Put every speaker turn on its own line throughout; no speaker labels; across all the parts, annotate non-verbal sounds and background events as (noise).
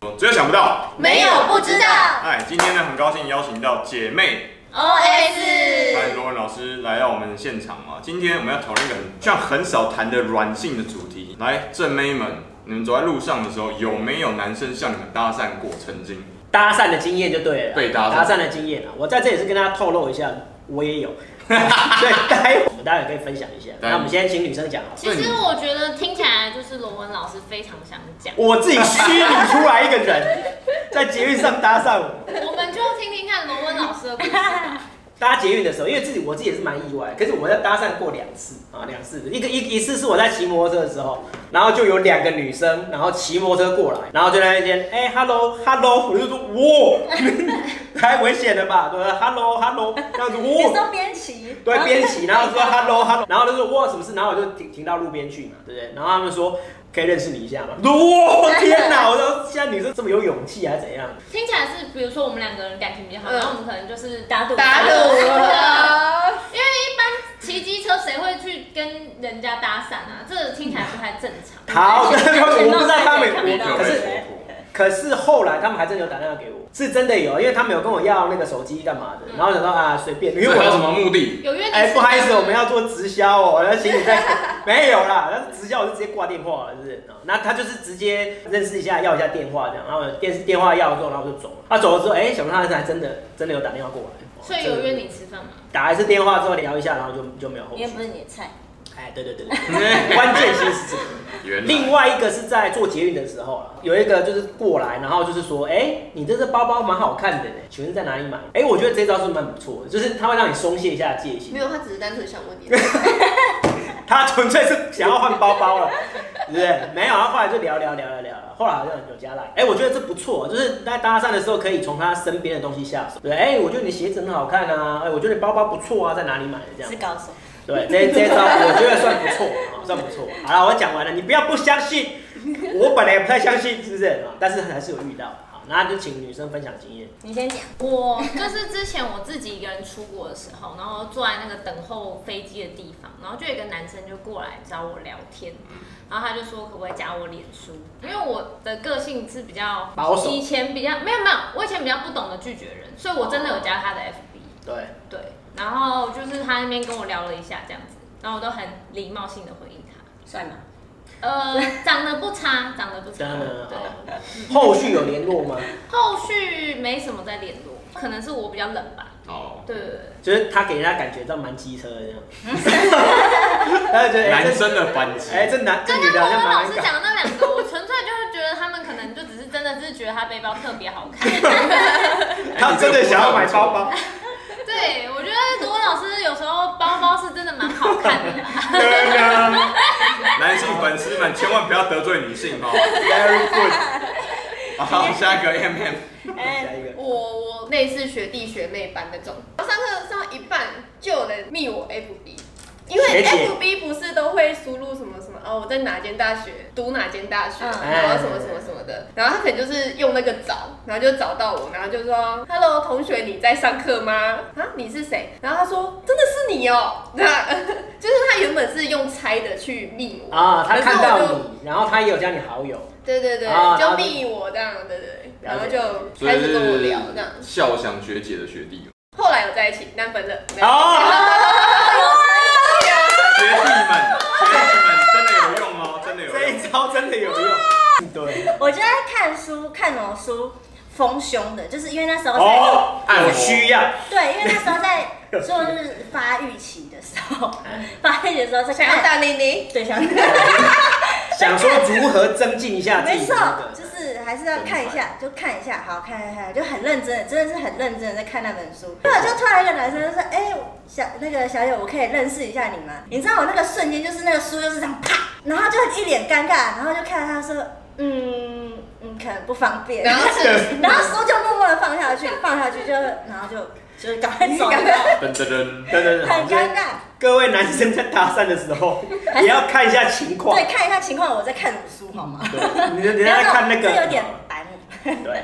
不到。
没有不知道
哎，今天呢，很高兴邀请到姐妹还有
，OS
罗文老师来到我们现场啊。今天我们要讨论一个很像很少谈的软性的主题。来，正妹们，你们走在路上的时候，有没有男生向你们搭讪过？曾经
搭讪的经验就对了，
被搭讪
的经验啊，我在这里是跟大家透露一下，我也
(laughs)
有，对，待会我们待会可以分享一下。
待会
那我们先请女生讲好了，
其实我觉得听起来就是罗文老师非常想讲，
我自己虚拟出来一个
(laughs)
人，在捷运上搭讪我，
我们就听听看罗文老师的
(laughs)
故事吧。
搭捷运的时候，因为自己我自己也是蛮意外，可是我在搭讪过两次啊，两次，一个一一次是我在骑摩托车的时候，然后就有两个女生，然后骑摩托车过来，然后就在那边，哎、h e l l o hello，我就 (laughs) 说哇，太危险了吧，对吧？hello hello，这样子
你
哇。
说边骑，
对，边骑，然后说 hello hello，然后就说哇什么事，然后我就停停到路边去嘛，对不对？然后他们说可以认识你一下嘛，我说哇天哪，我说现在女生这么有勇气还是怎样？
听起来是，比如说我们两个人感情比较好，
嗯
然后我们可能就是
打赌，
打赌
了，
因为一般骑机车谁会去跟人家搭讪啊？这个听起来不太正常。(laughs)
好，我
前
不
到
知道他们
看不到
有被
可是
戳破？
可是后来他们还真的有打电话给我，是真的有，因为他们有跟我要那个手机干嘛的，然后想到啊随便，因为
这有什
我
么目的？
有约你吃饭吗？
哎、不好意思，我们要做直销哦，要请你在没有啦，那直销我就直接挂电话了，是不是？那他就是直接认识一下，要一下电话这样，然后电视电话要了之后，然后我就走了。他走了之后，哎、小胖他还真的真的有打电话过来，
所以有约你吃饭吗？
打一次电话之后聊一下，然后就就没有后
(laughs) 因
续
为。不是你的菜，
哎，对对对对， (laughs) 关键性是这个。
原来
另外一个是在做捷运的时候啊，有一个就是过来，然后就是说，哎、你这个包包蛮好看的呢，请问在哪里买？哎、我觉得这招是蛮不错的，就是他会让你松懈一下戒心
(laughs)
没。有，他只是单纯想问你。
他纯粹是想要换包包了，对不对？没有，然啊后后来就聊聊聊聊聊，后来好像有加来，哎，我觉得这不错，就是在搭讪的时候可以从他身边的东西下手，对，哎，我觉得你的鞋子很好看啊，哎，我觉得你包包不错啊，在哪里买的这样
是，高手，
对，这这招我觉得算不错，啊，算不错。好了，我讲完了，你不要不相信，我本来也不太相信，是不是？啊但是还是有遇到，好，那就请女生分享经验，
你先讲，
我就是之前我自己一个人出国的时候，然后坐在那个等候飞机的地方，然后就有一个男生就过来找我聊天，然后他就说可不可以加我脸书，因为我的个性是比较
保守
以前比较没有没有，我以前比较不懂得拒绝人，所以我真的有加他的 FB，
对，
对，然后就是他那边跟我聊了一下这样子，然后我都很礼貌性的回应他，
帅吗？
(laughs)
(laughs)
呃，长得不差，长得不差
真，的
对。
好，后续有联络吗？
后续没什么再联络，可能是我比较冷吧。
哦，
对对对。
就是他给人家感觉到蛮机车的这样，他就觉得哎
男
这
生的反击。
哎这男这
刚
女的
刚
好
我们
像蛮
老
难
师
搞。
讲的那两个，我纯粹就是觉得他们可能就只是真的是觉得他背包特别好
(laughs)
看。
他真的想要买包包，
对，我觉得国文老师有时候包包是真的蛮好看
(laughs)
的啦。
男性粉丝们千万不要得罪女性哦。
，very good。
好，下一个 M M。
哎
下一个，
我我类似学弟学妹班那种，我上课上到一半就有人密我 FB，因
学
为
姐
FB 不是都会输入什么什么哦，我在哪间大学读哪间大学，
嗯
然后什么什么什么的，然后他可能就是用那个找，然后就找到我，然后就说 Hello 同学你在上课吗？啊你是谁？然后他说真的是你哦， (laughs) 那就是他原本是用猜的去密我
啊，他看
可
到
是我就
你，然后他也有加你好友，
对对对，
啊然后
就密我这样，对对对，然后就
所以
开始跟我聊这样。
笑想学姐的学弟，
后来有在一起，但反正没有。
哦，
学弟们，学弟们真的有用哦，真的有
这
用。
一招真的有用，对，
我就在看书，看什么书？丰胸的，就是因为那时候在、
哦，
按
我
摩
需要，
对，因为那时候在
(laughs)
就是发育期的时候，发育的时候在
哎想要
看，
打妮妮，
对
(laughs)
象，
想说如何增进一下自
没
己
错
的，，
就是还是要看一下，就看一下，好看看看，就很认真的，真的是很认真的在看那本书。后来就突然一个男生就说：“哎、小那个小姐，我可以认识一下你吗？”你知道我那个瞬间就是那个书就是这样啪，然后就一脸尴尬，然后就看着他说：“嗯嗯，可能不方便。”
然后是
然后书就默默的放下去，放下去就然后就就赶快走了，
噔噔噔，
对对对，
(laughs) 很
就是
尴尬。
各位男生在搭讪的时候，也要看一下情况
对，，看一下情况，我在看什么书好吗？
对你你在看那
这有
个
点白目。 (laughs)
对，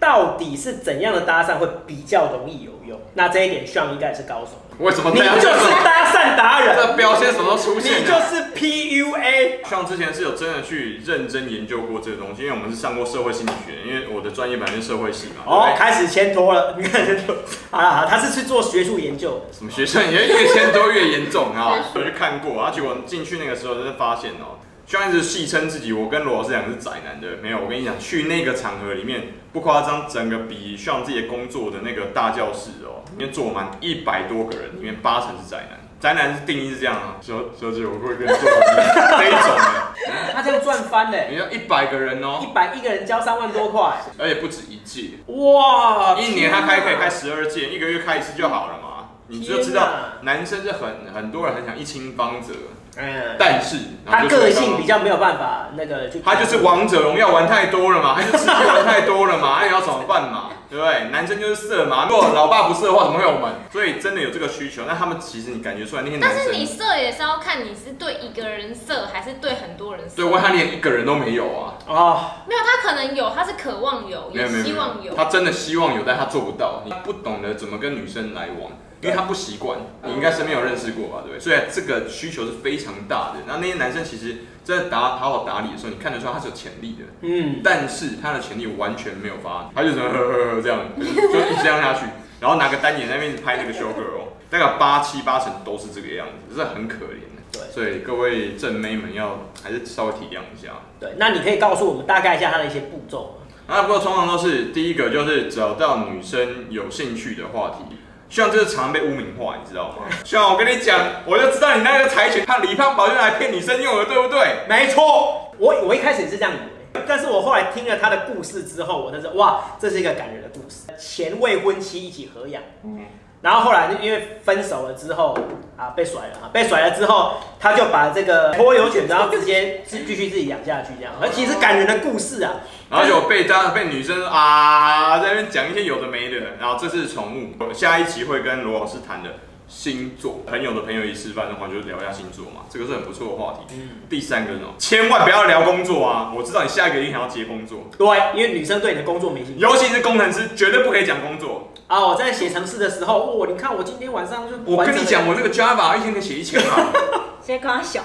到底是怎样的搭讪会比较容易有用？那这一点上应该也是高手，
为什么
你
这样？
就是搭讪达人，
哦啊这标签什么时候出
你
现啊
就
的？
是 PUA。
像之前是有真的去认真研究过这个东西，因为我们是上过社会心理学，因为我的专业本来是社会系嘛。
哦，
对
开始牵拖了，你看牵拖。好了好啦，他是去做学术研究的，
什么学生也越签都越严重
(laughs)
啊！我去看过，然后结果进去那个时候，真的发现哦、虽然一直戏称自己，我跟罗老师讲是宅男的，没有。我跟你讲，去那个场合里面，不夸张，整个比像自己的工作的那个大教室哦、里面坐满一百多个人，里面八成是宅男。宅男是定义是这样啊，小小姐，我会跟你做朋友这一种的， (laughs)
他这样赚翻嘞，
你要一百个人哦、
一百一个人交三万多块，
而且不止一届，
哇！
一年他开可以开
始，
十二届，一个月开一次就好了嘛。你就知
天
道
哪
男生是很很多人很想一清方泽，
嗯，
但是然
他
后就
个
是
性比较没有办法那个去，
他就是王者荣耀玩太多了嘛，他就是吃鸡玩太多了嘛，那你 (laughs) 哎要怎么办嘛？对不对？男生就是色嘛，如果老爸不色的话，怎么会有我们？所以真的有这个需求，那他们其实你感觉出来那些男
但是你
生，
射也是要看你是对一个人射还是对很多人射。
对，我他连一个人都没有啊，
哦，
没有，他可能有，他是渴望有，
没有
也
没有
希望
没有，
有。
他真的希望有，但他做不到，你不懂得怎么跟女生来往。因为他不习惯，你应该身边有认识过吧，对不对？所以这个需求是非常大的。那那些男生其实真的打好好打理的时候，你看得出来他是有潜力的。
嗯，
但是他的潜力完全没有发，他就只能呵呵呵这样，就一直这样下去， (laughs) 然后拿个单眼在那边拍那个 show girl，大概八七八成都是这个样子，这很可怜的。
对
所以各位正妹们要还是稍微体谅一下。
对，那你可以告诉我们大概一下他的一些步骤吗？
那啊不过通常都是第一个就是找到女生有兴趣的话题。像这是常被污名化，你知道吗？像我跟你讲，我就知道你那个柴犬，看李胖宝就来骗女生用的，对不对？
没错，我我一开始也是这样以为，但是我后来听了他的故事之后，我才知道哇，这是一个感人的故事。前未婚妻一起合养，
嗯
然后后来因为分手了之后啊，被甩了啊，被甩了之后，他就把这个拖油犬，然后直接自继续自己养下去，这样，而其实感人的故事啊，
然后有被当被女生啊在那边讲一些有的没的，然后这是宠物，我下一集会跟罗老师谈的星座，朋友的朋友一吃饭的话就聊一下星座嘛，这个是很不错的话题。
嗯，
第三个呢，千万不要聊工作啊，我知道你下一个一定想要接工作，
对，因为女生对你的工作没兴趣。
尤其是工程师绝对不可以讲工作。
啊，我在写程式的时候，哦，你看我今天晚上就
我跟你讲，我
完
那个 Java 一天可以写一千行，
先夸小，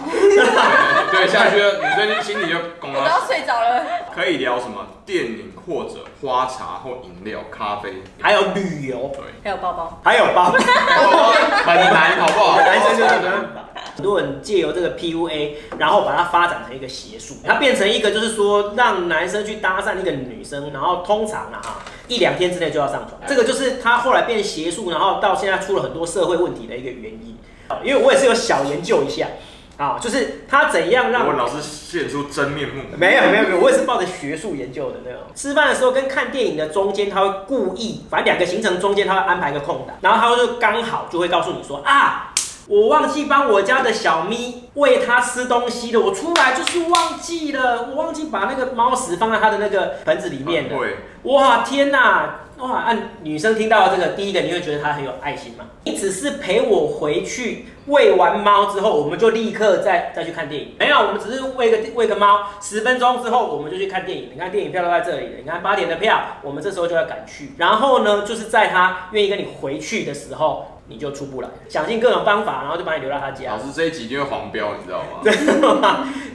对，下去了你最近心里就拱
我都要
了。
睡着了。
可以聊什么电影或者花茶或饮料、咖啡，
整个还有旅游，
对，
还有包包，
还有包
很难好不好？
男生就是没办法。很多人借由这个 PUA，然后把它发展成一个邪术，它变成一个就是说让男生去搭讪一个女生，然后通常啊哈一两天之内就要上床，这个就是他后来变邪术，然后到现在出了很多社会问题的一个原因。因为我也是有小研究一下啊，就是他怎样让
我老师现出真面目。
没有没有没有，我也是抱着学术研究的那种。吃饭的时候跟看电影的中间，他会故意，反正两个行程中间他会安排一个空档，然后他就刚好就会告诉你说啊，我忘记帮我家的小咪喂它吃东西了，我出来就是忘记了，我忘记把那个猫屎放在它的那个盆子里面了。
对，
哇，天哪！哇，按、女生听到这个，第一个你会觉得她很有爱心嘛？你只是陪我回去喂完猫之后，我们就立刻再再去看电影。没有，我们只是喂个喂个猫，十分钟之后我们就去看电影。你看电影票都在这里了，你看八点的票，我们这时候就要赶去。然后呢，就是在她愿意跟你回去的时候，你就出不来，想尽各种方法，然后就把你留到她家
老。师这一集一定会黄标，你知道吗？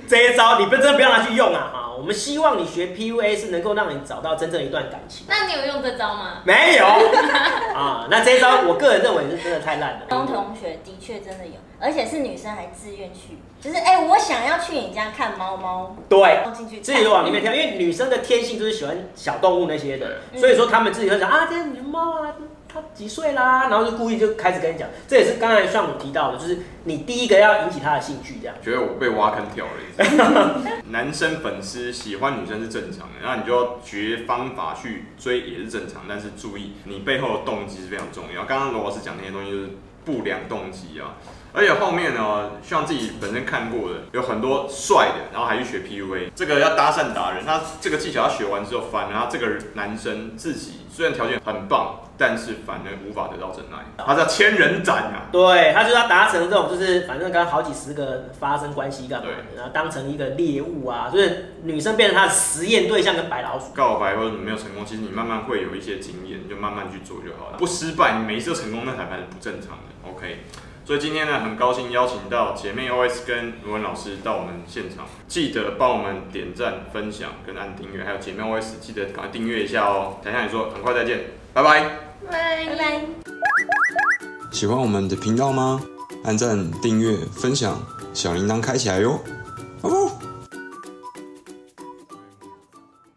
这一招你不真的不要拿去用啊！哈，我们希望你学 PUA 是能够让你找到真正的一段感情。
那你有用这招吗？
没有 (laughs) 啊，那这一招我个人认为是真的太烂
高
了。
同学的确真的有，而且是女生还自愿去，就是哎、我想要去你家看猫猫，
对，
进去看
自己就往里面跳，因为女生的天性就是喜欢小动物那些的，
对
所以说她们自己会想啊，这是你的猫啊，它几岁啦，然后就故意就开始跟你讲，这也是刚才上午提到的，就是你第一个要引起她的兴趣，这样。
觉得我被挖坑跳了你知道吗。男生粉丝喜欢女生是正常的，那你就要学方法去追也是正常，但是注意你背后的动机是非常重要。刚刚罗老师讲那些东西就是不良动机啊。而且后面呢，像自己本身看过的，有很多帅的，然后还去学 PUA，这个要搭讪达人，那这个技巧他学完之后，反而他这个男生自己虽然条件很棒，但是反而无法得到真爱，他叫千人斩啊！
对他就是要达成这种，就是反正跟好几十个发生关系干嘛的，然后当成一个猎物啊，就是女生变成他的实验对象跟白老鼠。
告白或者你没有成功，其实你慢慢会有一些经验，你就慢慢去做就好了。不失败，你每一次都成功，那才才是不正常的。OK，所以今天呢，很高兴邀请到姐妹 OS 跟卢文老师到我们现场，记得帮我们点赞、分享跟按订阅，还有姐妹 OS 记得赶快订阅一下哦。想想你说，很快再见，拜拜。
拜
拜拜。
喜欢我们的频道吗？按赞、订阅、分享，小铃铛开起来哟！